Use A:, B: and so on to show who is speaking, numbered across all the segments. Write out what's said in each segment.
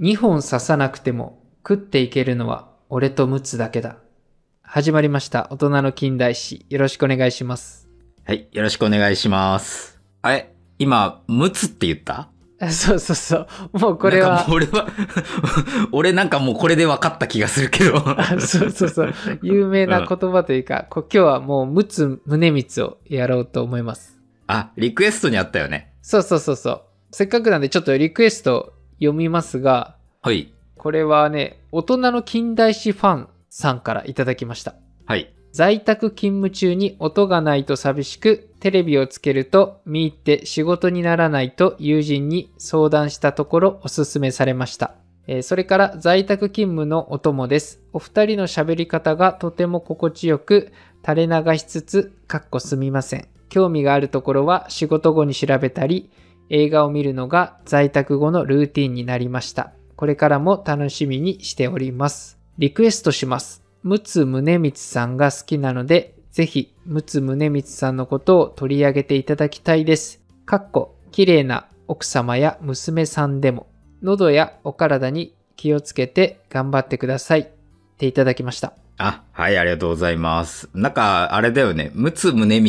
A: 2本刺さなくても食っていけるのは俺とムツだけだ。始まりました。大人の近代史。よろしくお願いします。
B: はい、よろしくお願いします。あれ今、ムツって言った
A: あそうそうそう。もうこれ
B: なん
A: は
B: かも、う俺は、 俺なんかもうこれで分かった気がするけ ど。
A: あそうそう そう。有名な言葉というか、こ今日はもうムツ宗光をやろうと思います。
B: あ、リクエストにあったよね。
A: そうそうそうそう。せっかくなんでちょっとリクエスト読みますが、
B: はい。
A: これはね、大人の近代史ファンさんからいただきました。
B: はい。
A: 在宅勤務中に音がないと寂しくテレビをつけると見入って仕事にならないと友人に相談したところおすすめされました、えーそれから在宅勤務のお供ですお二人の喋り方がとても心地よく垂れ流しつつかっこすみません興味があるところは仕事後に調べたり映画を見るのが在宅後のルーティンになりましたこれからも楽しみにしておりますリクエストします陸奥宗光さんが好きなのでぜひ陸奥宗光さんのことを取り上げていただきたいですかっこ綺麗な奥様や娘さんでも喉やお体に気をつけて頑張ってくださいっていただきました
B: あ、はい、ありがとうございます。なんか、あれだよね。ムツ宗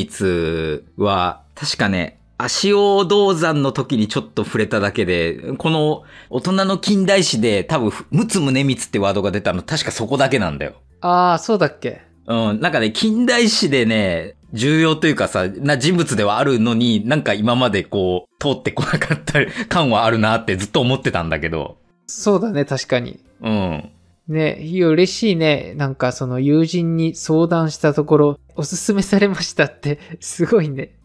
B: 光は、確かね、足尾銅山の時にちょっと触れただけで、この大人の近代史で多分、ムツ宗光ってワードが出たの確かそこだけなんだよ。
A: ああそうだっけ
B: うん、なんかね、近代史でね、重要というかさ、な人物ではあるのに、なんか今までこう、通ってこなかった感はあるなってずっと思ってたんだけど。
A: そうだね確かに
B: うん。
A: ねいや嬉しいねなんかその友人に相談したところおすすめされましたってすごいね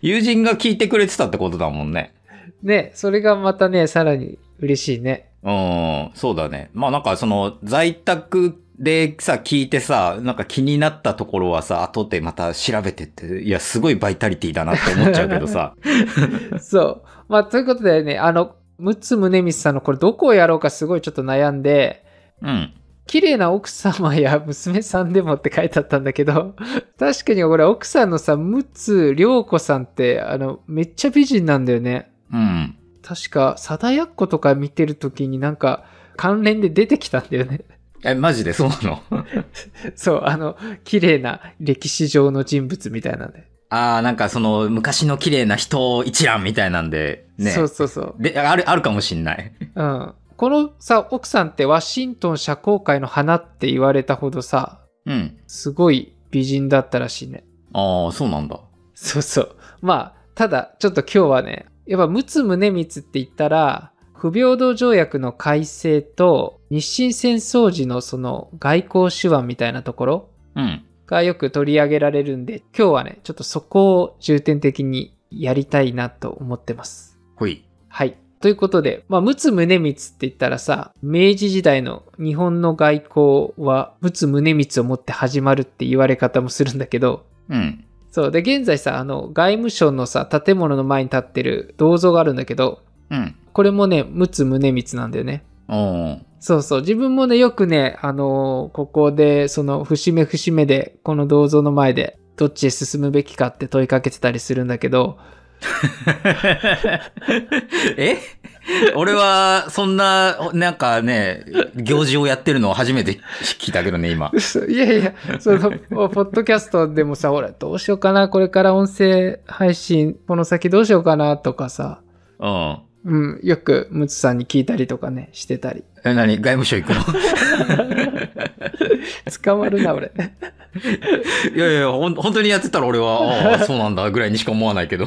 B: 友人が聞いてくれてたってことだもんね。
A: ねそれがまたねさらに嬉しいね
B: うん、そうだね。まあなんかその、在宅でさ、聞いてさ、なんか気になったところはさ、後でまた調べてって、いや、すごいバイタリティだなって思っちゃうけどさ。
A: そう。まあ、ということでね、あの、ムツムネミスさんのこれどこをやろうかすごいちょっと悩んで、
B: うん。
A: 綺麗な奥様や娘さんでもって書いてあったんだけど、 確かにこれ奥さんのさ、ムツ涼子さんって、あの、めっちゃ美人なんだよね。
B: うん。
A: 確か、サダヤっ子とか見てるときになんか、関連で出てきたんだよね。
B: え、マジでそうなの
A: そう、あの、綺麗な歴史上の人物みたいなんで。
B: ああ、なんかその、昔の綺麗な人一覧みたいなんで、ね。
A: そうそうそう。
B: で、ある、あるかもしんない。
A: うん。このさ、奥さんってワシントン社交界の花って言われたほどさ、
B: うん。
A: すごい美人だったらしいね。
B: ああ、そうなんだ。
A: そうそう。まあ、ただ、ちょっと今日はね、やっぱ、陸奥宗光って言ったら、不平等条約の改正と、日清戦争時のその外交手腕みたいなところ
B: うん。
A: がよく取り上げられるんで、今日はね、ちょっとそこを重点的にやりたいなと思ってます。
B: ほい。
A: はい。ということで、まあ、陸奥宗光って言ったらさ、明治時代の日本の外交は、陸奥宗光をもって始まるって言われ方もするんだけど、
B: うん。
A: そう。で、現在さ、あの、外務省のさ、建物の前に立ってる銅像があるんだけど、
B: うん。
A: これもね、陸奥宗光なんだよね。
B: おー
A: そうそう。自分もね、よくね、あのーここで、その、節目節目で、この銅像の前で、どっちへ進むべきかって問いかけてたりするんだけど、
B: え俺は、そんな、なんかね、行事をやってるのを初めて聞いたけどね、今。
A: 嘘いやいや、その、ポポッドキャストでもさ、ほら、どうしようかな、これから音声配信、この先どうしようかな、とかさ、
B: うん。
A: うん、よく、ムツさんに聞いたりとかね、してたり。
B: え、何外務省行くの
A: 捕まるな、俺。
B: いやいや、ほん、本当にやってたら俺は、ああ、そうなんだ、ぐらいにしか思わないけど。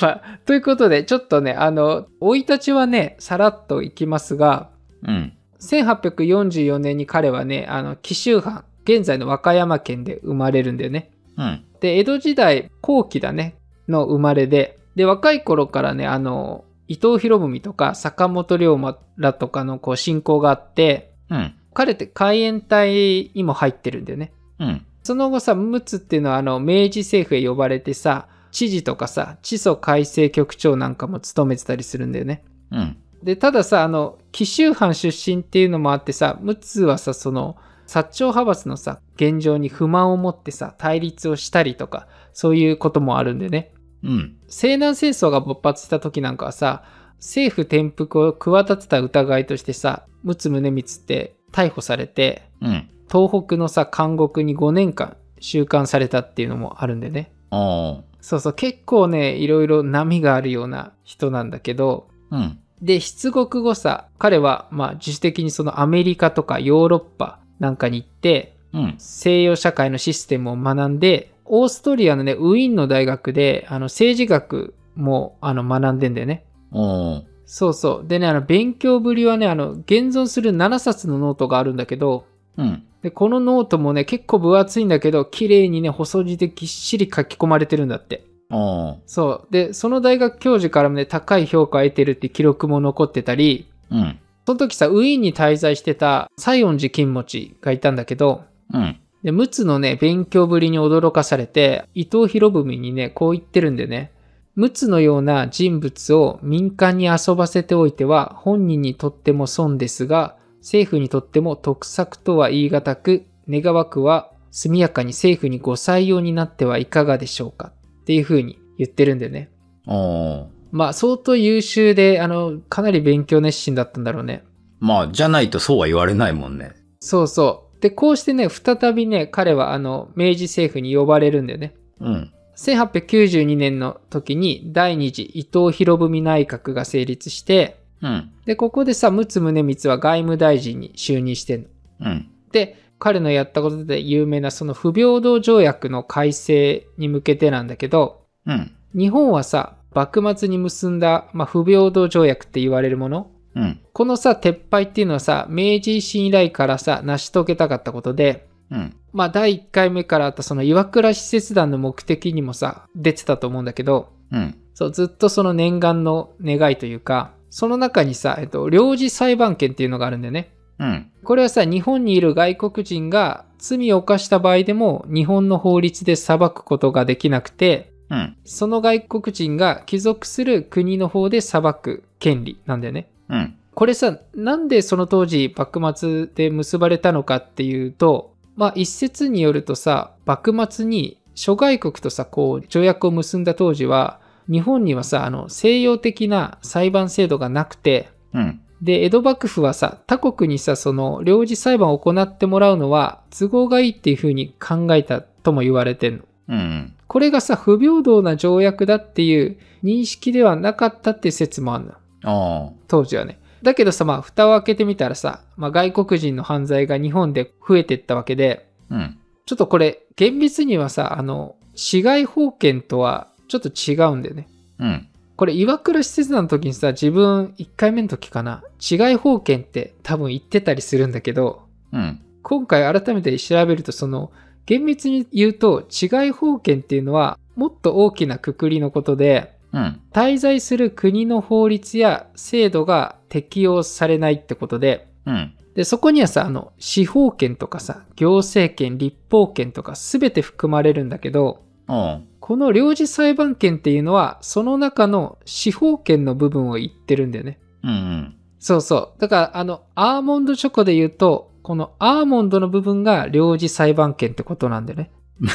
A: まあ、ということで、ちょっとね、あの、生い立ちはね、さらっといきますが、
B: うん。
A: 1844年に彼はね、あの、紀州藩、現在の和歌山県で生まれるんだよね。
B: うん。
A: で江戸時代後期だねの生まれでで若い頃からねあの伊藤博文とか坂本龍馬らとかのこう信仰があって
B: うん。
A: 彼って海援隊にも入ってるんだよね
B: うん。
A: その後さ陸奥っていうのはあの明治政府へ呼ばれてさ知事とかさ地租改正局長なんかも務めてたりするんだよね
B: うん。
A: でたださあの紀州藩出身っていうのもあってさ陸奥はさその薩長派閥のさ現状に不満を持ってさ対立をしたりとかそういうこともあるんでね
B: うん。
A: 西南戦争が勃発した時なんかはさ政府転覆を企てた疑いとしてさ、陸奥宗光って逮捕されて、
B: うん。
A: 東北のさ、監獄に5年間収監されたっていうのもあるんでね。
B: あ
A: そうそう、結構ね、いろいろ波があるような人なんだけど、
B: あ。うん。
A: で、出国後さ、彼は、まあ、自主的にそのアメリカとかヨーロッパなんかに行って、
B: うん。
A: 西洋社会のシステムを学んで、オーストリアのね、ウィーンの大学で、あの、政治学も、あの、学んでんだよね。
B: おー
A: そうそう。でね、あの、勉強ぶりはね、あの、現存する7冊のノートがあるんだけど、
B: うん。
A: で、このノートもね、結構分厚いんだけど、綺麗にね、細字でぎっしり書き込まれてるんだって。
B: おー
A: そう。で、その大学教授からもね、高い評価を得てるって記録も残ってたり、
B: うん。
A: その時さ、ウィーンに滞在してた西園寺金持ちがいたんだけど、
B: うん。
A: で、陸奥のね、勉強ぶりに驚かされて、伊藤博文にね、こう言ってるんでね、陸奥のような人物を民間に遊ばせておいては、本人にとっても損ですが、政府にとっても得策とは言い難く、願わくは速やかに政府にご採用になってはいかがでしょうかっていうふうに言ってるんでね。
B: おー
A: まあ、相当優秀で、あの、かなり勉強熱心だったんだろうね。
B: まあ、じゃないとそうは言われないもんね。
A: そうそう。で、こうしてね、再びね、彼はあの、明治政府に呼ばれるんだよね。
B: うん。
A: 1892年の時に第二次伊藤博文内閣が成立して、
B: うん。
A: で、ここでさ、陸奥宗光は外務大臣に就任してんの。
B: うん。
A: で、彼のやったことで有名なその不平等条約の改正に向けてなんだけど、
B: うん。
A: 日本はさ、幕末に結んだ、まあ、不平等条約って言われるもの、
B: うん。
A: このさ、撤廃っていうのはさ、明治維新以来からさ、成し遂げたかったことで、
B: うん。
A: まあ、第1回目からあったその岩倉使節団の目的にもさ、出てたと思うんだけど、
B: うん。
A: そう、ずっとその念願の願いというか、その中にさ、えっと、領事裁判権っていうのがあるんだよね。
B: うん。
A: これはさ、日本にいる外国人が罪を犯した場合でも、日本の法律で裁くことができなくて、
B: うん。
A: その外国人が帰属する国の方で裁く権利なんだよね。
B: うん。
A: これさ、なんでその当時幕末で結ばれたのかっていうと、まあ一説によるとさ、幕末に諸外国とさ、こう条約を結んだ当時は、日本にはさ、あの西洋的な裁判制度がなくて、
B: うん。
A: で、江戸幕府はさ、他国にさ、その領事裁判を行ってもらうのは都合がいいっていう風に考えたとも言われてんの。
B: うん。
A: これがさ、不平等な条約だっていう認識ではなかったっていう説もあるの。
B: あ
A: 当時はね。だけどさ、まあ、蓋を開けてみたらさ、まあ、外国人の犯罪が日本で増えてったわけで、
B: あ。うん。
A: ちょっとこれ、厳密にはさ、あの、市外法権とはちょっと違うんだよね。
B: うん。
A: これ、岩倉施設団の時にさ、自分1回目の時かな、市外法権って多分言ってたりするんだけど、
B: うん。
A: 今回改めて調べると、その、厳密に言うと、市外法権っていうのは、もっと大きなくくりのことで、
B: うん。
A: 滞在する国の法律や制度が適用されないってことで、
B: うん。
A: で、そこにはさ、あの、司法権とかさ、行政権、立法権とか全て含まれるんだけど、
B: あ
A: この領事裁判権っていうのは、その中の司法権の部分を言ってるんだよね。
B: あ。うん。
A: そうそう。だから、あの、アーモンドチョコで言うと、このアーモンドの部分が領事裁判権ってことなんだよね。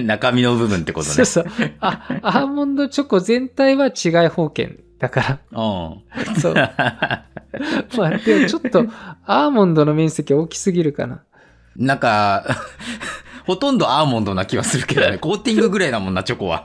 B: 中身の部分ってこと
A: そう
B: ね。
A: そう。あ、アーモンドチョコ全体は違い法権だか
B: あ
A: ら。そう。
B: あ。
A: まあ、でもちょっと、アーモンドの面積大きすぎるかな。
B: なんか、ほとんどアーモンドな気はするけ どね。コーティングぐらいだもんな、チョコは。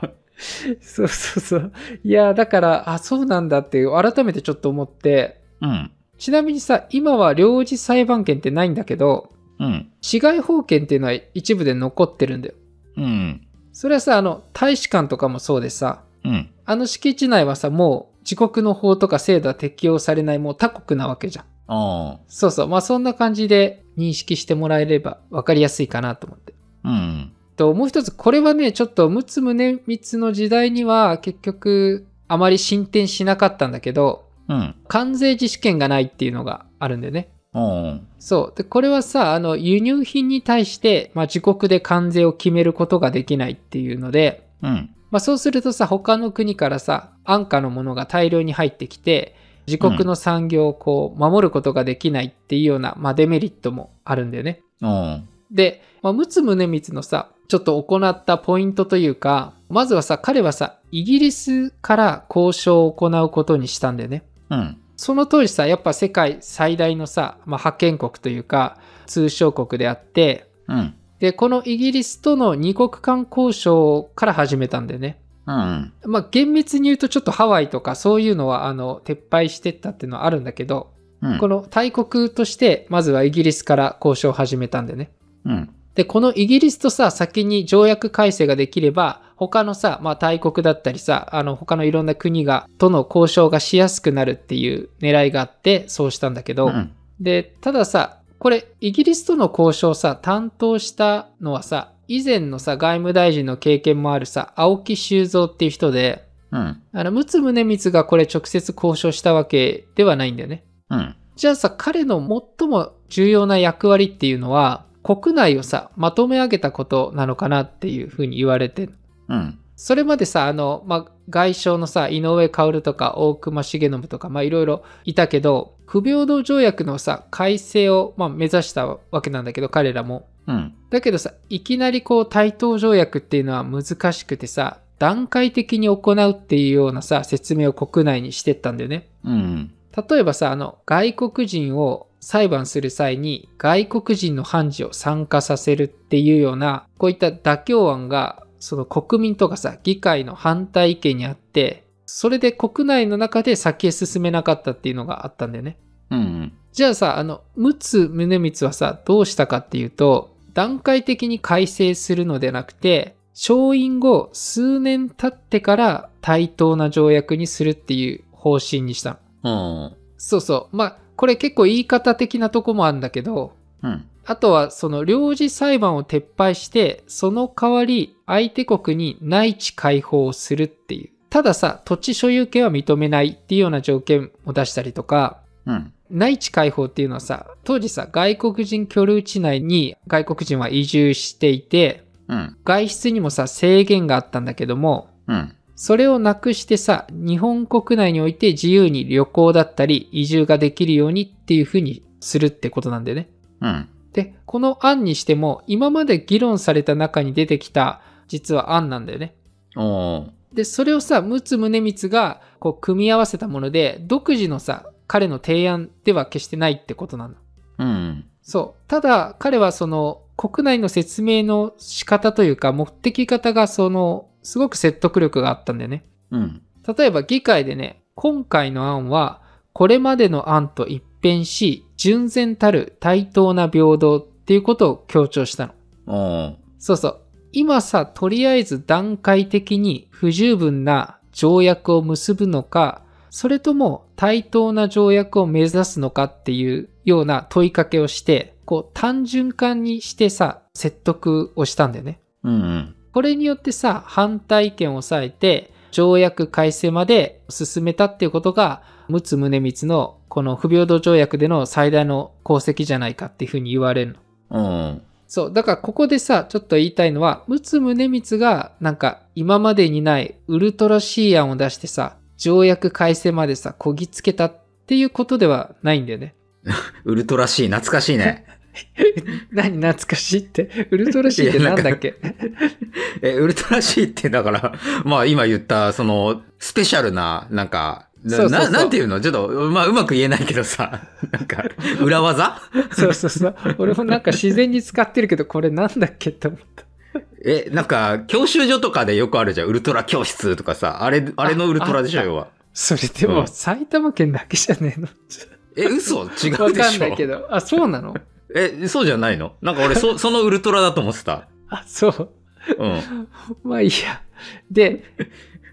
A: そうそうそう。いや、だから、あ、そうなんだっていう、改めてちょっと思って、
B: うん。
A: ちなみにさ、今は領事裁判権ってないんだけど、
B: うん。
A: 市外法権っていうのは一部で残ってるんだよ。
B: うん。
A: それはさ、あの、大使館とかもそうでさ、
B: うん。
A: あの敷地内はさ、もう自国の法とか制度は適用されない、もう他国なわけじゃん。
B: あ
A: そうそう。まあそんな感じで認識してもらえれば分かりやすいかなと思って。
B: あ。うん。
A: と、もう一つ、これはね、ちょっと、陸奥宗光の時代には、結局、あまり進展しなかったんだけど、
B: うん。
A: 関税自主権がないっていうのがあるんだよね。
B: うん。
A: そう。で、これはさ、あの、輸入品に対して、まあ、自国で関税を決めることができないっていうので、
B: うん。
A: まあ、そうするとさ、他の国からさ、安価のものが大量に入ってきて、自国の産業をこう、守ることができないっていうような、まあ、デメリットもあるんだよね。
B: うん。
A: で、まあ、陸奥宗光のさ、ちょっと行ったポイントというか、まずはさ、彼はさ、イギリスから交渉を行うことにしたんだよね。
B: うん。
A: その当時さ、やっぱ世界最大のさ、まあ、覇権国というか、通商国であって、
B: うん。
A: で、このイギリスとの二国間交渉から始めたんだよね。
B: うん。
A: まあ、厳密に言うとちょっとハワイとかそういうのはあの撤廃してったっていうのはあるんだけど、
B: うん。
A: この大国としてまずはイギリスから交渉を始めたんでね。
B: うん。
A: で、このイギリスとさ、先に条約改正ができれば、他のさ、まあ大国だったりさ、あの他のいろんな国が、との交渉がしやすくなるっていう狙いがあって、そうしたんだけど、
B: うん。
A: で、たださ、これ、イギリスとの交渉さ、担当したのはさ、以前のさ、外務大臣の経験もあるさ、青木修造っていう人で、
B: うん。
A: あの、陸奥宗光がこれ直接交渉したわけではないんだよね。
B: うん。
A: じゃあさ、彼の最も重要な役割っていうのは、国内をさ、まとめ上げたことなのかなっていうふうに言われてる
B: うん。
A: それまでさ、あの、まあ、外相のさ、井上薫とか大隈重信とか、まあ、いろいろいたけど、不平等条約のさ、改正を、まあ、目指したわけなんだけど、彼らも。
B: うん。
A: だけどさ、いきなりこう、対等条約っていうのは難しくてさ、段階的に行うっていうようなさ、説明を国内にしてったんだよね。
B: うん。
A: 例えばさあの外国人を裁判する際に外国人の判事を参加させるっていうようなこういった妥協案がその国民とかさ議会の反対意見にあってそれで国内の中で先へ進めなかったっていうのがあったんだよね。
B: うん。
A: じゃあさあの陸奥宗光はさどうしたかっていうと段階的に改正するのではなくて勝因後数年経ってから対等な条約にするっていう方針にしたの。
B: うん。
A: そうそう。まあ、これ結構言い方的なとこもあるんだけど、
B: うん。
A: あとはその領事裁判を撤廃して、その代わり相手国に内地解放をするっていう。たださ、土地所有権は認めないっていうような条件を出したりとか、
B: うん。
A: 内地解放っていうのはさ、当時さ、外国人居留地内に外国人は移住していて、
B: うん。
A: 外出にもさ、制限があったんだけども、
B: うん。
A: それをなくしてさ、日本国内において自由に旅行だったり移住ができるようにっていうふうにするってことなんだよね。
B: うん。
A: で、この案にしても今まで議論された中に出てきた実は案なんだよね。
B: おー
A: で、それをさ、陸奥宗光がこう組み合わせたもので、独自のさ、彼の提案では決してないってことなの。
B: うん。
A: そう。ただ、彼はその、国内の説明の仕方というか、持ってき方がその、すごく説得力があったんだよね。
B: うん。
A: 例えば議会でね、今回の案は、これまでの案と一変し、純然たる対等な平等っていうことを強調したの。
B: おー
A: そうそう。今さ、とりあえず段階的に不十分な条約を結ぶのか、それとも対等な条約を目指すのかっていうような問いかけをして、こう単純化にしてさ、説得をしたんだよね。
B: うん。
A: これによってさ、反対意見を抑えて、条約改正まで進めたっていうことが、陸奥宗光のこの不平等条約での最大の功績じゃないかっていうふうに言われるの。
B: おー
A: そう、だからここでさ、ちょっと言いたいのは、陸奥宗光がなんか今までにないウルトラシー案を出してさ、条約改正までさ、こぎつけたっていうことではないんだよね。
B: ウルトラシー、懐かしいね。
A: 何懐かしいって。ウルトラシーってなんだっけ
B: え、ウルトラシーって、だから、 まあ今言った、その、スペシャルな、なんか、な
A: そうそうそう
B: ななんていうのちょっと、まあうまく言えないけどさ、 なんか、裏技
A: そうそうそう。俺もなんか自然に使ってるけど、これなんだっけって思った。
B: え、なんか、教習所とかでよくあるじゃん。ウルトラ教室とかさ、あれ、あれのウルトラでしょ、
A: あ
B: 要は。
A: それで
B: う
A: も
B: ん
A: 埼玉県だけじゃねえの
B: え、嘘違う
A: わ
B: で
A: かん
B: し
A: ない
B: ょ
A: けど。あ、そうなの
B: え、そうじゃないのなんか俺、 そ、そのウルトラだと思ってた。
A: あ、そう。
B: うん。
A: まあいいや。で、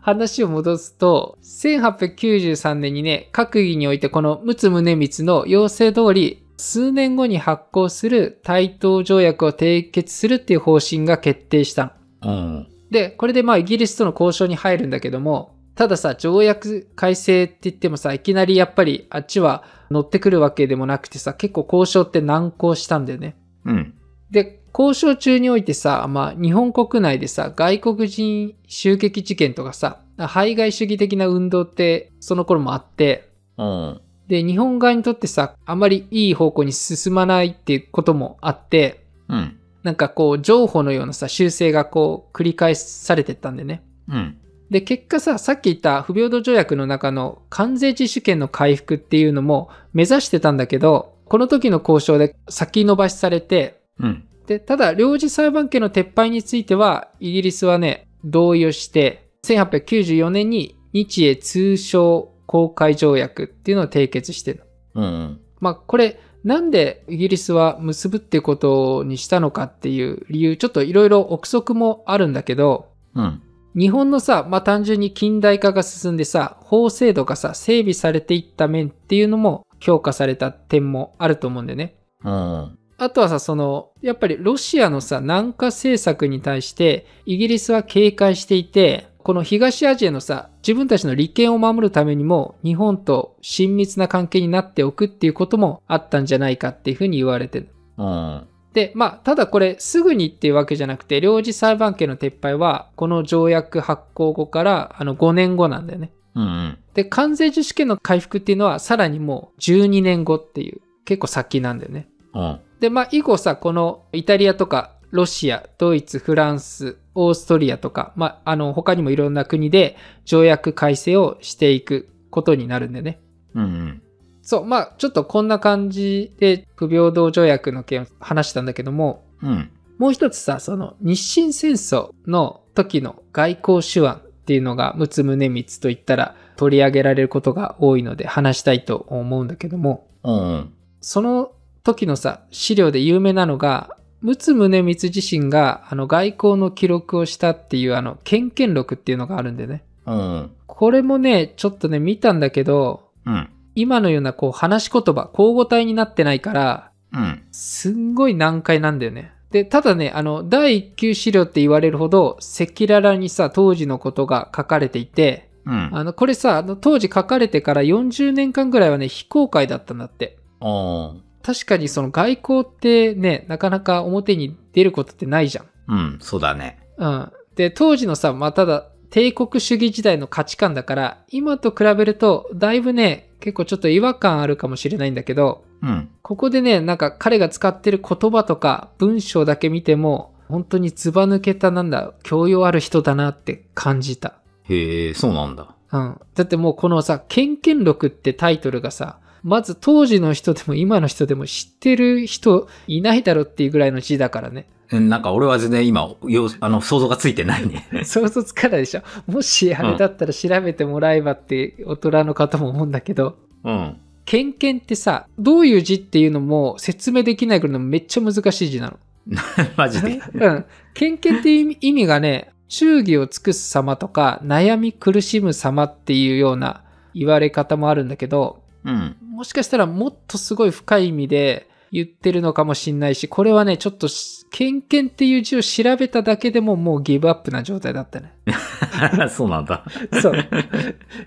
A: 話を戻すと、1893年にね、閣議においてこの陸奥宗光の要請通り、数年後に発行する対等条約を締結するっていう方針が決定したの。
B: うん。
A: で、これでまあイギリスとの交渉に入るんだけども、たださ、条約改正って言ってもさ、いきなりやっぱりあっちは乗ってくるわけでもなくてさ、結構交渉って難航したんだよね。
B: うん。
A: で、交渉中においてさ、まあ日本国内でさ、外国人襲撃事件とかさ、排外主義的な運動ってその頃もあって、
B: うん。
A: で、日本側にとってさ、あまりいい方向に進まないっていうこともあって、
B: うん。
A: なんかこう、譲歩のようなさ、修正がこう、繰り返されてったんでね。
B: うん。
A: で、結果さ、さっき言った不平等条約の中の関税自主権の回復っていうのも目指してたんだけど、この時の交渉で先延ばしされて、
B: うん。
A: で、ただ、領事裁判権の撤廃については、イギリスはね、同意をして、1894年に日英通商公開条約っていうのを締結してる。
B: うん。
A: まあ、これ、なんでイギリスは結ぶってことにしたのかっていう理由、ちょっといろいろ憶測もあるんだけど、
B: うん。
A: 日本のさ、まあ、単純に近代化が進んでさ、法制度がさ、整備されていった面っていうのも強化された点もあると思うんだよね。
B: うん。
A: あとはさ、その、やっぱりロシアのさ、南下政策に対して、イギリスは警戒していて、この東アジアのさ、自分たちの利権を守るためにも、日本と親密な関係になっておくっていうこともあったんじゃないかっていうふうに言われてる。
B: うん。
A: で、まあ、ただこれ、すぐにっていうわけじゃなくて、領事裁判権の撤廃は、この条約発行後から、あの、5年後なんだよね。
B: うん。
A: で、関税自主権の回復っていうのは、さらにもう12年後っていう、結構先なんだよね。
B: うん。
A: で、まあ、以後さ、このイタリアとかロシア、ドイツ、フランス、オーストリアとか、まあ、あの、他にもいろんな国で条約改正をしていくことになるんでね。
B: うん。
A: そう、まあ、ちょっとこんな感じで不平等条約の件を話したんだけども、
B: うん。
A: もう一つさ、その日清戦争の時の外交手腕っていうのが、陸奥宗光といったら取り上げられることが多いので話したいと思うんだけども、
B: うん。
A: その時のさ、資料で有名なのが、陸奥宗光自身があの外交の記録をしたっていうあの、献見録っていうのがあるんでね。
B: うん。
A: これもね、ちょっとね、見たんだけど、
B: うん。
A: 今のようなこう話し言葉、交互体になってないから、
B: うん。
A: すんごい難解なんだよね。で、ただね、あの、第一級資料って言われるほど、赤裸々にさ、当時のことが書かれていて、
B: うん。
A: あの、これさ、あの、当時書かれてから40年間ぐらいはね、非公開だったんだって。
B: うん。
A: 確かにその外交ってね、なかなか表に出ることってないじゃん。
B: うん。そうだね。
A: うん。で、当時のさ、まあ、ただ、帝国主義時代の価値観だから、今と比べると、だいぶね、結構ちょっと違和感あるかもしれないんだけど、
B: うん。
A: ここでね、なんか彼が使ってる言葉とか文章だけ見ても、本当にずば抜けたなんだ、教養ある人だなって感じた。
B: へえ、そうなんだ。
A: うん。だってもうこのさ、献献録ってタイトルがさ、まず当時の人でも今の人でも知ってる人いないだろっていうぐらいの字だからね。
B: うんなんか俺は全然今、よあの、想像がついてないね。
A: 想像つかないでしょ。もしあれだったら調べてもらえばって大人の方も思うんだけど、
B: うん。
A: 献献ってさ、どういう字っていうのも説明できないぐらいのめっちゃ難しい字なの。
B: マジで。
A: うん。献献っていう意味がね、忠義を尽くす様とか、悩み苦しむ様っていうような言われ方もあるんだけど、
B: うん。
A: もしかしたらもっとすごい深い意味で言ってるのかもしんないし、これはね、ちょっとし、ケンケンっていう字を調べただけでももうギブアップな状態だったね。
B: そうなんだ。
A: そう。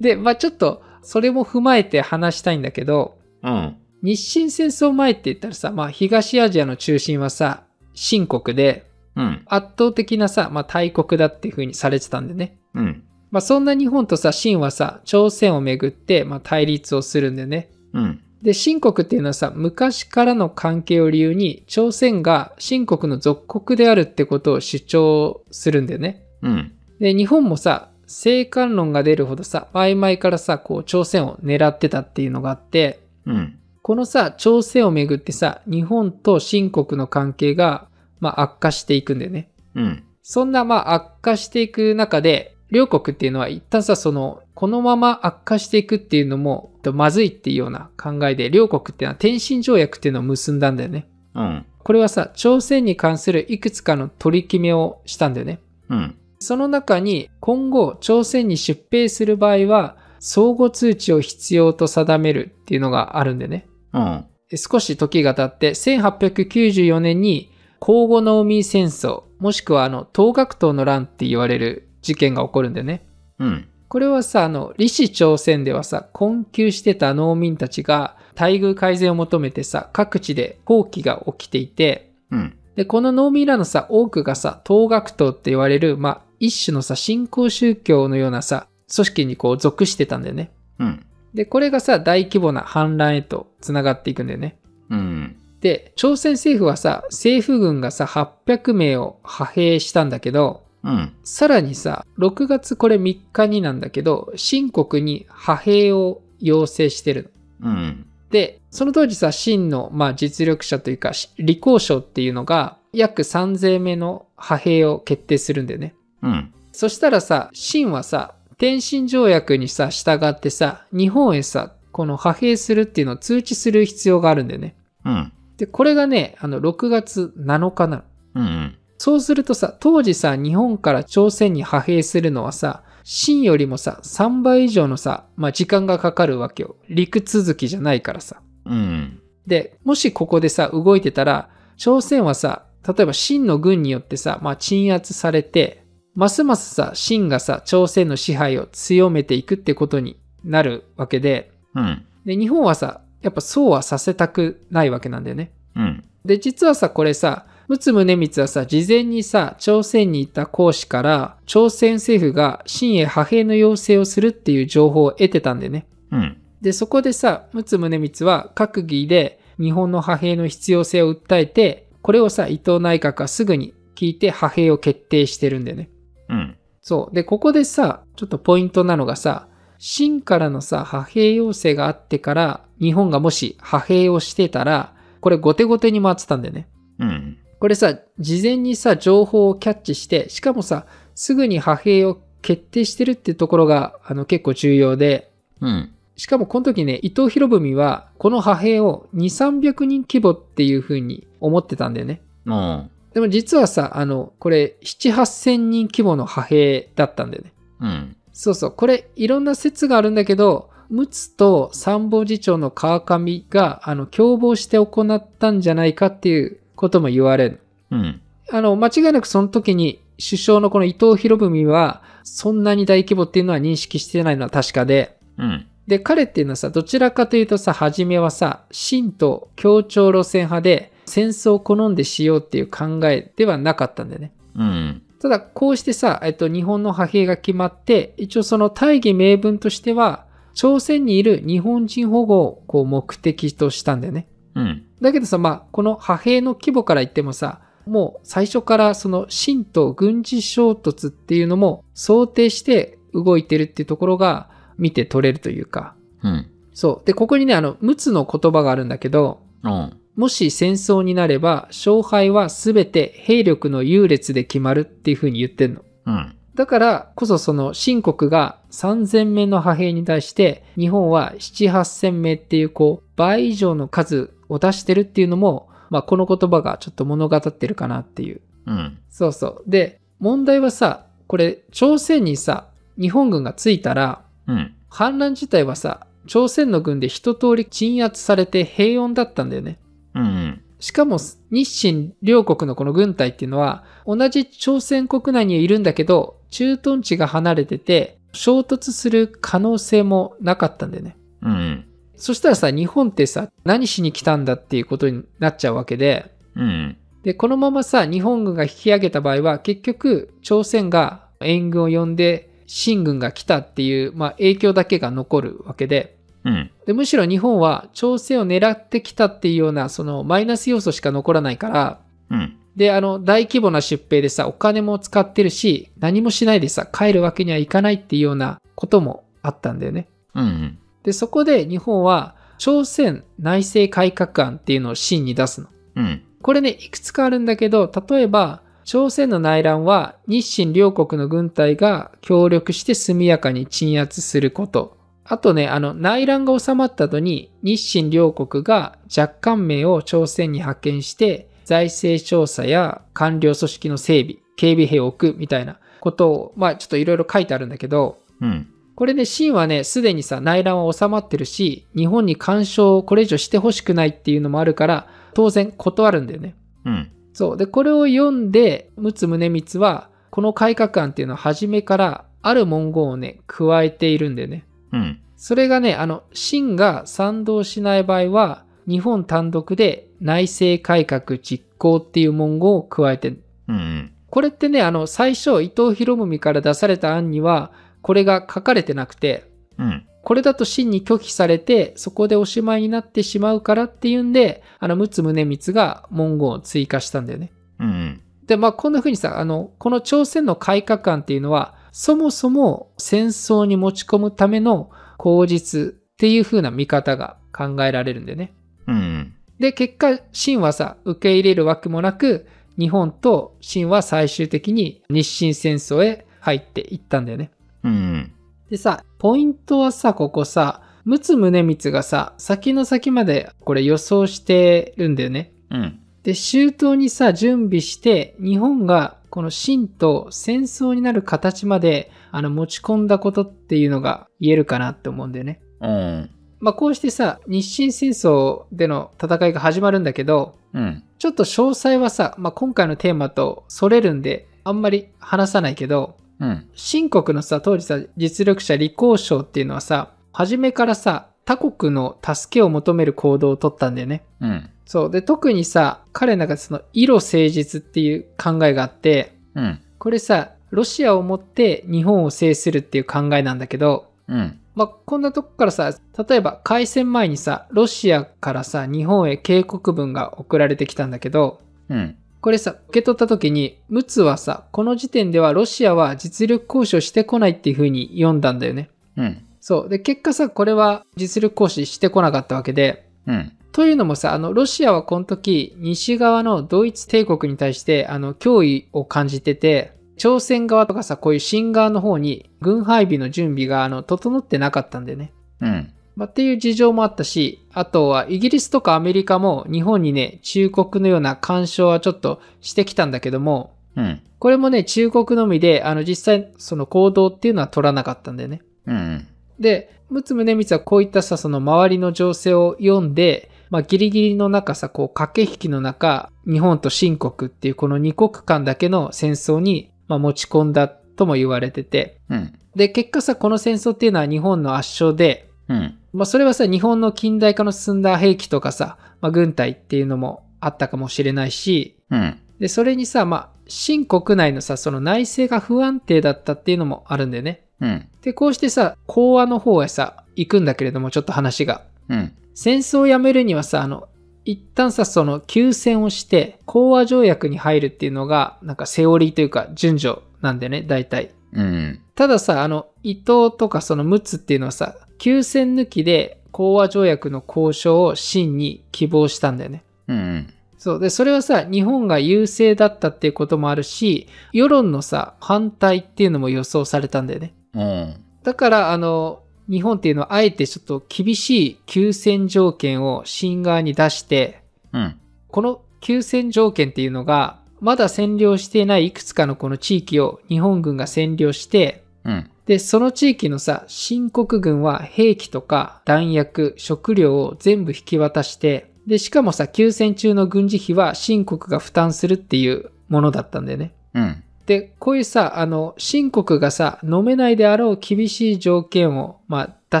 A: で、まあちょっと、それも踏まえて話したいんだけど、
B: うん。
A: 日清戦争前って言ったらさ、まあ東アジアの中心はさ、秦国で
B: うん。
A: 圧倒的なさ、まあ大国だっていう風にされてたんでね。
B: うん。
A: まあそんな日本とさ、秦はさ、朝鮮をめぐって、まあ対立をするんでね。
B: うん。
A: で、秦国っていうのはさ、昔からの関係を理由に、朝鮮が秦国の属国であるってことを主張するんだよね。
B: うん。
A: で、日本もさ、政官論が出るほどさ、曖昧からさ、こう、朝鮮を狙ってたっていうのがあって、
B: うん。
A: このさ、朝鮮をめぐってさ、日本と秦国の関係が、まあ、悪化していくんだよね。
B: うん。
A: そんな、まあ、悪化していく中で、両国っていうのは一旦さ、その、このまま悪化していくっていうのも、とまずいっていうような考えで、両国っていうのは天津条約っていうのを結んだんだよね。
B: うん。
A: これはさ、朝鮮に関するいくつかの取り決めをしたんだよね。
B: うん。
A: その中に、今後、朝鮮に出兵する場合は、相互通知を必要と定めるっていうのがあるんだよね。
B: うん。
A: で少し時が経って1894年に交互農民戦争もしくはあの東学党の乱って言われる事件が起こるんだよね。
B: うん。
A: これはさ、あの、李氏朝鮮ではさ、困窮してた農民たちが待遇改善を求めてさ、各地で蜂起が起きていて、
B: うん。
A: で、この農民らのさ、多くがさ、東学党って言われる、まあ、一種のさ、新興宗教のようなさ、組織にこう属してたんだよね。
B: うん。
A: で、これがさ、大規模な反乱へと繋がっていくんだよね。
B: うん。
A: で、朝鮮政府はさ、政府軍がさ、800名を派兵したんだけど、
B: うん。
A: さらにさ、6月これ3日になんだけど、秦国に派兵を要請してるの。
B: うん。
A: で、その当時さ、秦の、まあ、実力者というか、し李光省っていうのが、約3000名の派兵を決定するんだよね。
B: うん。
A: そしたらさ、秦はさ、天津条約にさ、従ってさ、日本へさ、この派兵するっていうのを通知する必要があるんだよね。
B: うん。
A: で、これがね、あの、6月7日なの。
B: うん。
A: そうするとさ、当時さ、日本から朝鮮に派兵するのはさ、秦よりもさ、3倍以上のさ、まあ、時間がかかるわけよ。陸続きじゃないからさ。
B: うん。
A: で、もしここでさ、動いてたら、朝鮮はさ、例えば秦の軍によってさ、まあ、鎮圧されて、ますますさ、秦がさ、朝鮮の支配を強めていくってことになるわけで、
B: うん。
A: で、日本はさ、やっぱそうはさせたくないわけなんだよね。
B: うん。
A: で、実はさ、これさ、陸奥宗光はさ、事前にさ、朝鮮に行った講師から、朝鮮政府が秦へ派兵の要請をするっていう情報を得てたんでね。
B: うん。
A: で、そこでさ、陸奥宗光は閣議で日本の派兵の必要性を訴えて、これをさ、伊藤内閣はすぐに聞いて派兵を決定してるんだよね。
B: うん。
A: そう。で、ここでさ、ちょっとポイントなのがさ、秦からのさ、派兵要請があってから、日本がもし派兵をしてたら、これ後手後手に回ってたんだよね。
B: うん。
A: これさ、事前にさ、情報をキャッチして、しかもさ、すぐに派兵を決定してるっていうところが、あの、結構重要で、
B: うん。
A: しかもこの時ね、伊藤博文は、この派兵を2、300人規模っていう風に思ってたんだよね。
B: おう
A: でも実はさ、あの、これ、7、8000人規模の派兵だったんだよね。
B: うん。
A: そうそう、これ、いろんな説があるんだけど、陸奥と参謀次長の川上が、あの、共謀して行ったんじゃないかっていうことも言われる。
B: うん。
A: あの、間違いなくその時に首相のこの伊藤博文は、そんなに大規模っていうのは認識してないのは確かで、
B: うん。
A: で、彼っていうのはさ、どちらかというとさ、初めはさ、神と協調路線派で、戦争を好んでしようっていう考えではなかったんだよね。
B: うん。
A: ただ、こうしてさ、えっと、日本の派兵が決まって、一応その大義名分としては、朝鮮にいる日本人保護をこう目的としたんだよね。
B: うん。
A: だけどさ、まあ、この派兵の規模から言ってもさ、もう最初からその秦と軍事衝突っていうのも想定して動いてるっていうところが見て取れるというか。
B: うん。
A: そう。で、ここにね、あの、陸奥の言葉があるんだけど、
B: おう
A: もし戦争になれば、勝敗は全て兵力の優劣で決まるっていうふうに言ってんの。
B: うん。
A: だからこそその秦国が3000名の派兵に対して日本は7、8000名っていうこう倍以上の数を出してるっていうのも、まあ、この言葉がちょっと物語ってるかなっていう。
B: うん。
A: そうそう。で、問題はさ、これ朝鮮にさ、日本軍が着いたら
B: うん。
A: 反乱自体はさ、朝鮮の軍で一通り鎮圧されて平穏だったんだよね。
B: うん。
A: しかも日清両国のこの軍隊っていうのは同じ朝鮮国内にいるんだけど駐屯地が離れてて衝突する可能性もなかったんだよね。
B: うん。
A: そしたらさ日本ってさ何しに来たんだっていうことになっちゃうわけで
B: うん。
A: でこのままさ日本軍が引き上げた場合は結局朝鮮が援軍を呼んで秦軍が来たっていう、まあ、影響だけが残るわけで
B: うん。
A: でむしろ日本は朝鮮を狙ってきたっていうようなそのマイナス要素しか残らないから
B: うん。
A: で、あの、大規模な出兵でさ、お金も使ってるし、何もしないでさ、帰るわけにはいかないっていうようなこともあったんだよね。
B: うん。
A: で、そこで日本は、朝鮮内政改革案っていうのを真に出すの。
B: うん。
A: これね、いくつかあるんだけど、例えば、朝鮮の内乱は日清両国の軍隊が協力して速やかに鎮圧すること。あとね、あの、内乱が収まった後に日清両国が若干名を朝鮮に派遣して財政調査や官僚組織の整備、警備兵を置くみたいなことを、まあちょっといろいろ書いてあるんだけど、
B: うん。
A: これね、秦はね、すでにさ、内乱は収まってるし、日本に干渉をこれ以上してほしくないっていうのもあるから、当然断るんだよね。
B: うん。
A: そう。で、これを読んで、陸奥宗光は、この改革案っていうのは初めからある文言をね、加えているんだよね。
B: うん。
A: それがね、あの、秦が賛同しない場合は、日本単独で内政改革実行っていう文言を加えてる
B: うん。
A: これってね、あの、最初、伊藤博文から出された案には、これが書かれてなくて、
B: うん。
A: これだと真に拒否されて、そこでおしまいになってしまうからっていうんで、あの、陸奥宗光が文言を追加したんだよね。
B: うん。
A: で、まあ、こんな風にさ、あの、この朝鮮の改革案っていうのは、そもそも戦争に持ち込むための口実っていう風な見方が考えられるんだよね。
B: うん。
A: で、結果、秦はさ、受け入れるわけもなく、日本と秦は最終的に日清戦争へ入っていったんだよね。
B: うん。
A: でさ、ポイントはさ、ここさ、陸奥宗光がさ、先の先までこれ予想してるんだよね。
B: うん。
A: で、周到にさ、準備して、日本がこの秦と戦争になる形まで、あの、持ち込んだことっていうのが言えるかなって思うんだよね。
B: うん。
A: まあ、こうしてさ、日清戦争での戦いが始まるんだけど、
B: うん。
A: ちょっと詳細はさ、まあ、今回のテーマとそれるんで、あんまり話さないけど、
B: うん。
A: 秦国のさ、当時さ、実力者李光章っていうのはさ、初めからさ、他国の助けを求める行動をとったんだよね。
B: うん。
A: そう。で、特にさ、彼なんかその、色誠実っていう考えがあって、
B: うん。
A: これさ、ロシアをもって日本を制するっていう考えなんだけど、
B: うん。
A: まあ、こんなとこからさ、例えば開戦前にさ、ロシアからさ、日本へ警告文が送られてきたんだけど、
B: うん。
A: これさ、受け取った時に、ムツはさ、この時点ではロシアは実力行使をしてこないっていう風に読んだんだよね。
B: うん。
A: そう。で、結果さ、これは実力行使してこなかったわけで、
B: うん。
A: というのもさ、あの、ロシアはこの時、西側のドイツ帝国に対して、あの、脅威を感じてて、朝鮮側とかさ、こういう新側の方に、軍配備の準備が、あの、整ってなかったんだよね。
B: うん。
A: まあ、っていう事情もあったし、あとはイギリスとかアメリカも日本にね、中国のような干渉はちょっとしてきたんだけども、
B: うん。
A: これもね、中国のみで、あの、実際その行動っていうのは取らなかったんだよね。
B: うん。
A: で、陸奥宗光はこういったさ、その周りの情勢を読んで、まあ、ギリギリの中さ、こう、駆け引きの中、日本と秦国っていうこの二国間だけの戦争に、まあ、持ち込んだとも言われてて、
B: うん。
A: で、結果さ、この戦争っていうのは日本の圧勝で、
B: うん。
A: まあ、それはさ、日本の近代化の進んだ兵器とかさ、まあ、軍隊っていうのもあったかもしれないし、
B: うん。
A: で、それにさ、まあ、新国内のさ、その内政が不安定だったっていうのもあるんだよね。
B: うん。
A: で、こうしてさ、講和の方へさ、行くんだけれども、ちょっと話が。
B: うん。
A: 戦争をやめるにはさ、あの、一旦さ、その休戦をして、講和条約に入るっていうのが、なんかセオリーというか、順序なんだよね、大体。
B: うん。
A: たださ、あの、伊藤とかその陸奥っていうのはさ、休戦抜きで講和条約の交渉を真に希望したんだよね。
B: うん。
A: そう。で、それはさ、日本が優勢だったっていうこともあるし、世論のさ、反対っていうのも予想されたんだよね。
B: うん。
A: だから、あの、日本っていうのはあえてちょっと厳しい休戦条件を新側に出して、
B: うん。
A: この休戦条件っていうのが、まだ占領していないいくつかのこの地域を日本軍が占領して、
B: うん。
A: で、その地域のさ、新国軍は兵器とか弾薬、食料を全部引き渡して、で、しかもさ、休戦中の軍事費は新国が負担するっていうものだったんだよね。
B: うん。
A: で、こういうさ、あの、新国がさ、飲めないであろう厳しい条件を、まあ、出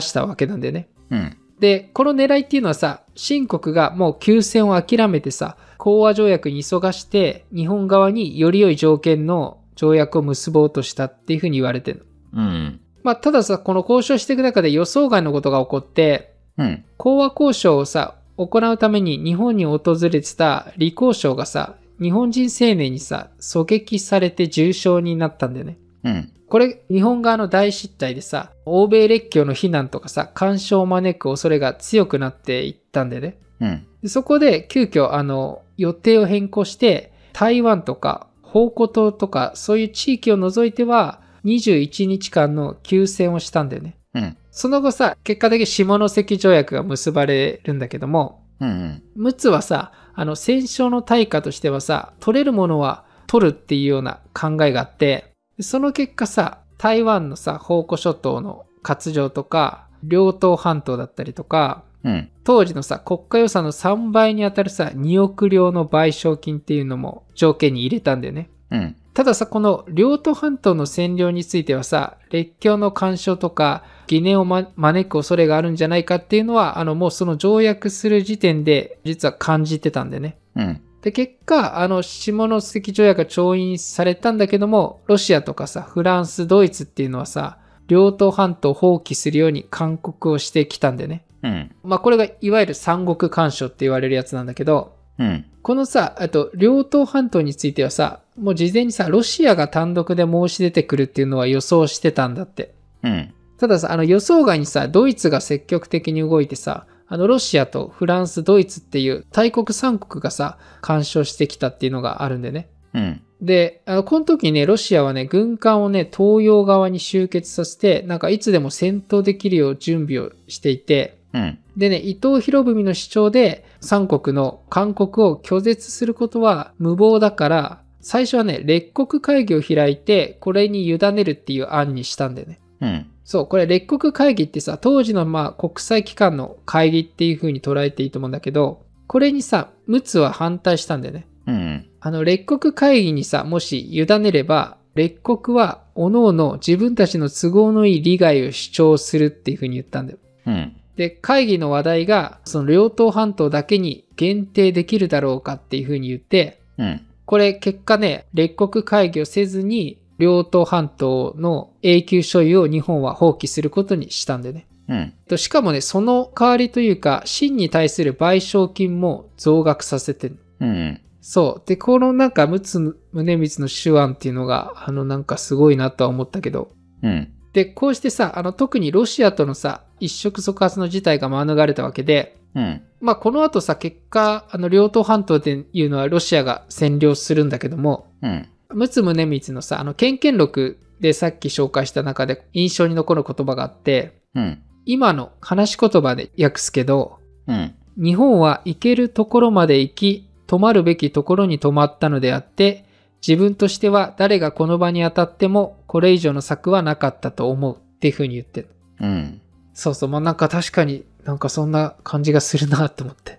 A: したわけなんだよね。
B: うん。
A: で、この狙いっていうのはさ、新国がもう休戦を諦めてさ、講和条約に急がして、日本側により良い条件の条約を結ぼうとしたっていうふうに言われてるの。
B: うん。
A: まあ、たださ、この交渉していく中で予想外のことが起こって、
B: うん。
A: 講和交渉をさ、行うために日本に訪れてた李光章がさ、日本人青年にさ、狙撃されて重傷になったんだよね。
B: うん。
A: これ、日本側の大失態でさ、欧米列強の非難とかさ、干渉を招く恐れが強くなっていったんだよね。
B: うん。
A: でそこで、急遽、あの、予定を変更して、台湾とか、宝庫島とか、そういう地域を除いては、21日間の休戦をしたんだよね。
B: うん。
A: その後さ、結果的に下関条約が結ばれるんだけども、
B: うん。
A: 陸奥はさ、あの、戦勝の対価としてはさ、取れるものは取るっていうような考えがあって、その結果さ、台湾のさ、宝庫諸島の割譲とか、両島半島だったりとか、
B: うん。
A: 当時のさ、国家予算の3倍にあたるさ、2億両の賠償金っていうのも条件に入れたんだよね。
B: うん。
A: たださ、この両都半島の占領についてはさ、列強の干渉とか疑念を、ま招く恐れがあるんじゃないかっていうのは、あの、もうその条約する時点で実は感じてたんでね。
B: うん。
A: で、結果、あの、下関条約が調印されたんだけども、ロシアとかさ、フランス、ドイツっていうのはさ、両島半島を放棄するように勧告をしてきたんでね。
B: うん。
A: まあ、これがいわゆる三国干渉って言われるやつなんだけど、
B: うん。
A: このさ、あと、両島半島についてはさ、もう事前にさ、ロシアが単独で申し出てくるっていうのは予想してたんだって。
B: うん。
A: たださ、あの予想外にさ、ドイツが積極的に動いてさ、あのロシアとフランス、ドイツっていう大国3国がさ、干渉してきたっていうのがあるんでね。
B: うん。
A: で、あの、この時ね、ロシアはね、軍艦をね、東洋側に集結させて、なんかいつでも戦闘できるよう準備をしていて、
B: うん。
A: でね、伊藤博文の主張で、三国の勧告を拒絶することは無謀だから、最初はね、列国会議を開いて、これに委ねるっていう案にしたんだよね。
B: うん。
A: そう、これ列国会議ってさ、当時のまあ国際機関の会議っていう風に捉えていいと思うんだけど、これにさ、陸奥は反対したんだよね。
B: うん。
A: あの、列国会議にさ、もし委ねれば、列国は各々自分たちの都合のいい利害を主張するっていう風に言ったんだよ。
B: うん。
A: で、会議の話題が、その両党半島だけに限定できるだろうかっていう風に言って、
B: うん。
A: これ結果ね、列国会議をせずに、両党半島の永久所有を日本は放棄することにしたんでね。
B: うん。
A: としかもね、その代わりというか、清に対する賠償金も増額させてる。
B: うん。
A: そう。で、このなんか、陸奥宗光の手腕っていうのが、あのなんかすごいなとは思ったけど。
B: うん。
A: で、こうしてさ、あの特にロシアとのさ、一触即発の事態が免れたわけで、
B: うん。
A: まあこの後さ、結果、あの両党半島っていうのはロシアが占領するんだけども、
B: うん。
A: 陸奥宗光のさ、あの、権限録でさっき紹介した中で印象に残る言葉があって、
B: うん。
A: 今の話し言葉で訳すけど、
B: うん。
A: 日本は行けるところまで行き、止まるべきところに止まったのであって、自分としては誰がこの場に当たってもこれ以上の策はなかったと思うっていうふうに言ってる。
B: うん。
A: そうそう、まあなんか確かになんかそんな感じがするなと思って。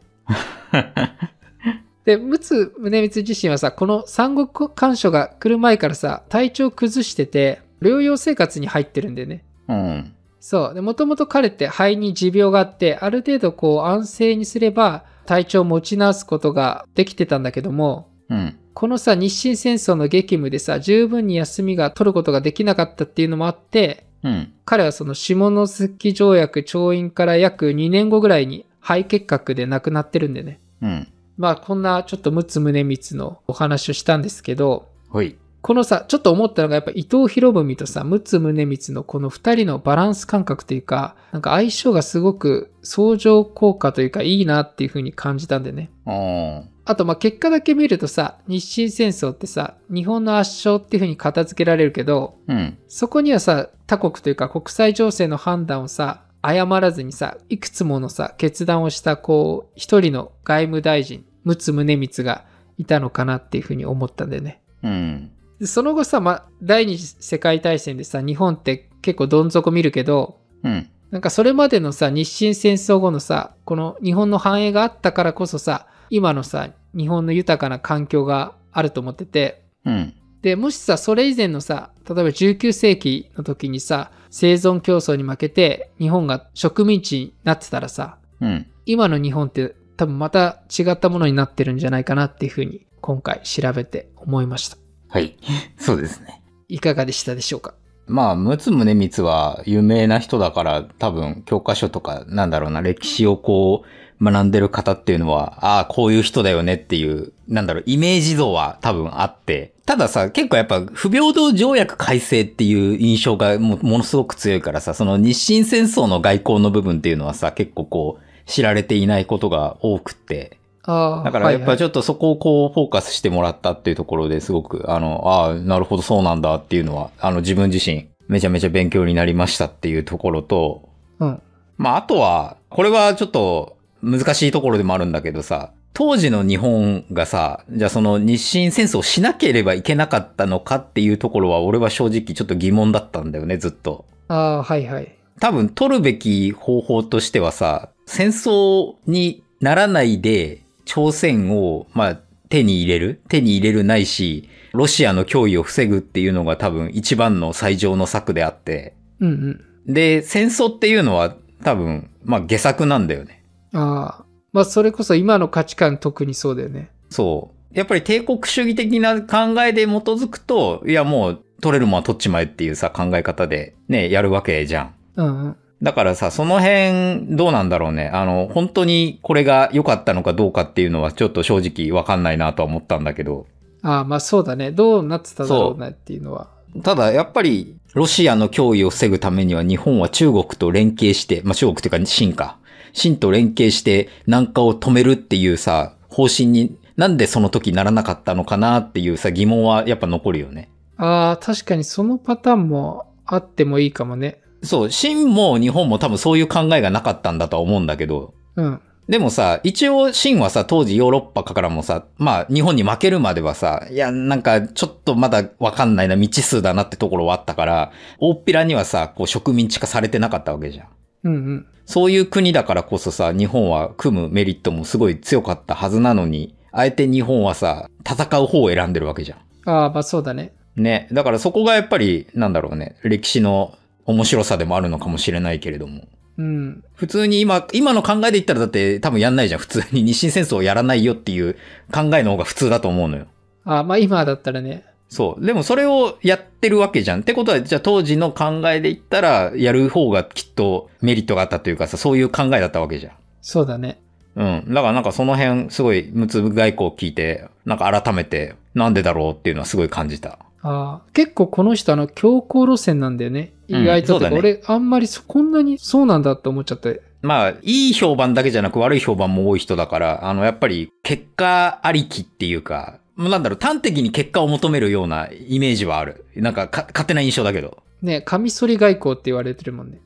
A: で、陸奥宗光自身はさ、この三国干渉が来る前からさ、体調崩してて、療養生活に入ってるんだよね。
B: うん。
A: そう。で、もともと彼って肺に持病があって、ある程度こう安静にすれば体調を持ち直すことができてたんだけども、
B: うん。
A: このさ、日清戦争の激務でさ、十分に休みが取ることができなかったっていうのもあって、
B: うん。
A: 彼はその下関条約調印から約2年後ぐらいに肺結核で亡くなってるんでね。
B: うん。
A: まあこんなちょっと陸奥宗光のお話をしたんですけど、
B: ほい。
A: このさ、ちょっと思ったのがやっぱ伊藤博文とさ、陸奥宗光のこの二人のバランス感覚というか、なんか相性がすごく相乗効果というかいいなっていう風に感じたんでね。
B: おー。
A: あと、まあ、結果だけ見るとさ、日清戦争ってさ、日本の圧勝っていう風に片付けられるけど、
B: うん。
A: そこにはさ、他国というか国際情勢の判断をさ、誤らずにさ、いくつものさ、決断をしたこう、一人の外務大臣、陸奥宗光がいたのかなっていう風に思ったんでね。
B: うん。
A: でその後さ、ま、第二次世界大戦でさ、日本って結構どん底見るけど、
B: うん。
A: なんかそれまでのさ、日清戦争後のさ、この日本の繁栄があったからこそさ、今のさ、日本の豊かな環境があると思ってて、
B: うん。
A: で、もしさ、それ以前のさ、例えば19世紀の時にさ、生存競争に負けて日本が植民地になってたらさ、
B: うん。
A: 今の日本って多分また違ったものになってるんじゃないかなっていうふうに今回調べて思いました。
B: はい。そうですね。
A: いかがでしたでしょうか
B: まあ、陸奥宗光は有名な人だから、多分教科書とか、なんだろうな、歴史をこう、学んでる方っていうのは、ああ、こういう人だよねっていう、なんだろう、イメージ像は多分あって。たださ、結構やっぱ、不平等条約改正っていう印象がもものすごく強いからさ、その日清戦争の外交の部分っていうのはさ、結構こう、知られていないことが多くって。
A: ああ。
B: だからや
A: は
B: っ
A: いは
B: ぱ
A: い
B: ちょっとそこをこうフォーカスしてもらったっていうところですごく、あの、ああ、なるほどそうなんだっていうのは、あの自分自身めちゃめちゃ勉強になりましたっていうところと、
A: うん。
B: まああとは、これはちょっと難しいところでもあるんだけどさ、当時の日本がさ、じゃあその日清戦争をしなければいけなかったのかっていうところは俺は正直ちょっと疑問だったんだよね、ずっと。
A: ああ、はいはい。
B: 多分取るべき方法としてはさ、戦争にならないで、朝鮮を、まあ、手に入れる手に入れるないし、ロシアの脅威を防ぐっていうのが多分一番の最上の策であって。
A: うん
B: で、戦争っていうのは多分、まあ、下策なんだよね。
A: うん。ああ。まあ、それこそ今の価値観特にそうだよね。
B: そう。やっぱり帝国主義的な考えで基づくと、いやもう取れるもんは取っちまえっていうさ、考え方でね、やるわけじゃん。
A: うんうん。
B: だからさ、その辺、どうなんだろうね。あの、本当にこれが良かったのかどうかっていうのは、ちょっと正直わかんないなとは思ったんだけど。
A: ああ、まあそうだね。どうなってただろうなっていうのは。
B: ただ、やっぱり、ロシアの脅威を防ぐためには日本は中国と連携して、まあ、中国というか、清か。清と連携して、南下を止めるっていうさ、方針に、なんでその時ならなかったのかなっていうさ、疑問はやっぱ残るよね。
A: ああ、確かにそのパターンもあってもいいかもね。
B: そう、清も日本も多分そういう考えがなかったんだとは思うんだけど、
A: うん。
B: でもさ、一応、シンはさ、当時ヨーロッパからもさ、まあ、日本に負けるまではさ、いや、なんか、ちょっとまだわかんないな、未知数だなってところはあったから、大っぴらにはさ、こう、植民地化されてなかったわけじゃん。
A: うんうん。
B: そういう国だからこそさ、日本は組むメリットもすごい強かったはずなのに、あえて日本はさ、戦う方を選んでるわけじゃ
A: ああ、まあそうだね。
B: ん。ね。だからそこがやっぱり、なんだろうね、歴史の面白さでもあるのかもしれないけれども。
A: うん。
B: 普通に今、今の考えで言ったらだって多分やんないじゃん。普通に日清戦争をやらないよっていう考えの方が普通だと思うのよ。
A: ああ、まあ今だったらね。
B: そう。でもそれをやってるわけじゃん。ってことは、じゃあ当時の考えで言ったら、やる方がきっとメリットがあったというかさ、そういう考えだったわけじゃん。
A: そうだね。
B: うん。だからなんかその辺、すごい、ムツブ外交を聞いて、なんか改めて、なんでだろうっていうのはすごい感じた。
A: ああ、結構この人あの強硬路線なんだよね。
B: うん
A: 意外と、
B: そうだ
A: て
B: ね
A: か俺あんまりそこんなにそうなんだって思っちゃって。
B: まあ、いい評判だけじゃなく悪い評判も多い人だから、あの、やっぱり結果ありきっていうか、もうなんだろう、端的に結果を求めるようなイメージはある。なんかか、勝手な印象だけど。
A: ね、カミソリ外交って言われてる もんね。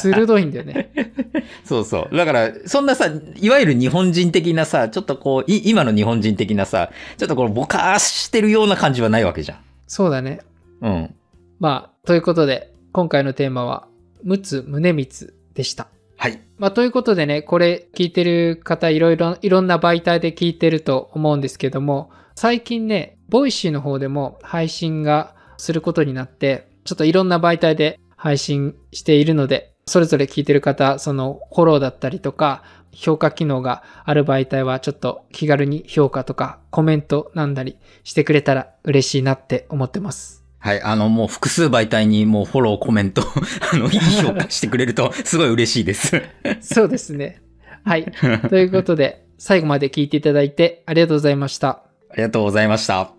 A: 鋭いんだよね。
B: そうそう。だから、そんなさ、いわゆる日本人的なさ、ちょっとこう、い今の日本人的なさ、ちょっとこのぼかーしてるような感じはないわけじゃん。
A: そうだね。
B: うん。
A: まあ、ということで、今回のテーマは、陸奥宗光でした。
B: はい。
A: まあ、ということでね、これ聞いてる方、いろいろ、いろんな媒体で聞いてると思うんですけども、最近ね、ボイシーの方でも配信がすることになって、ちょっといろんな媒体で配信しているので、それぞれ聞いてる方、そのフォローだったりとか、評価機能がある媒体はちょっと気軽に評価とかコメントなんだりしてくれたら嬉しいなって思ってます。
B: はい。あの、もう複数媒体にもうフォロー、コメント、 あの、いい評価してくれると、すごい嬉しいです。
A: そうですね。はい。ということで、最後まで聞いていただいてありがとうございました。
B: ありがとうございました。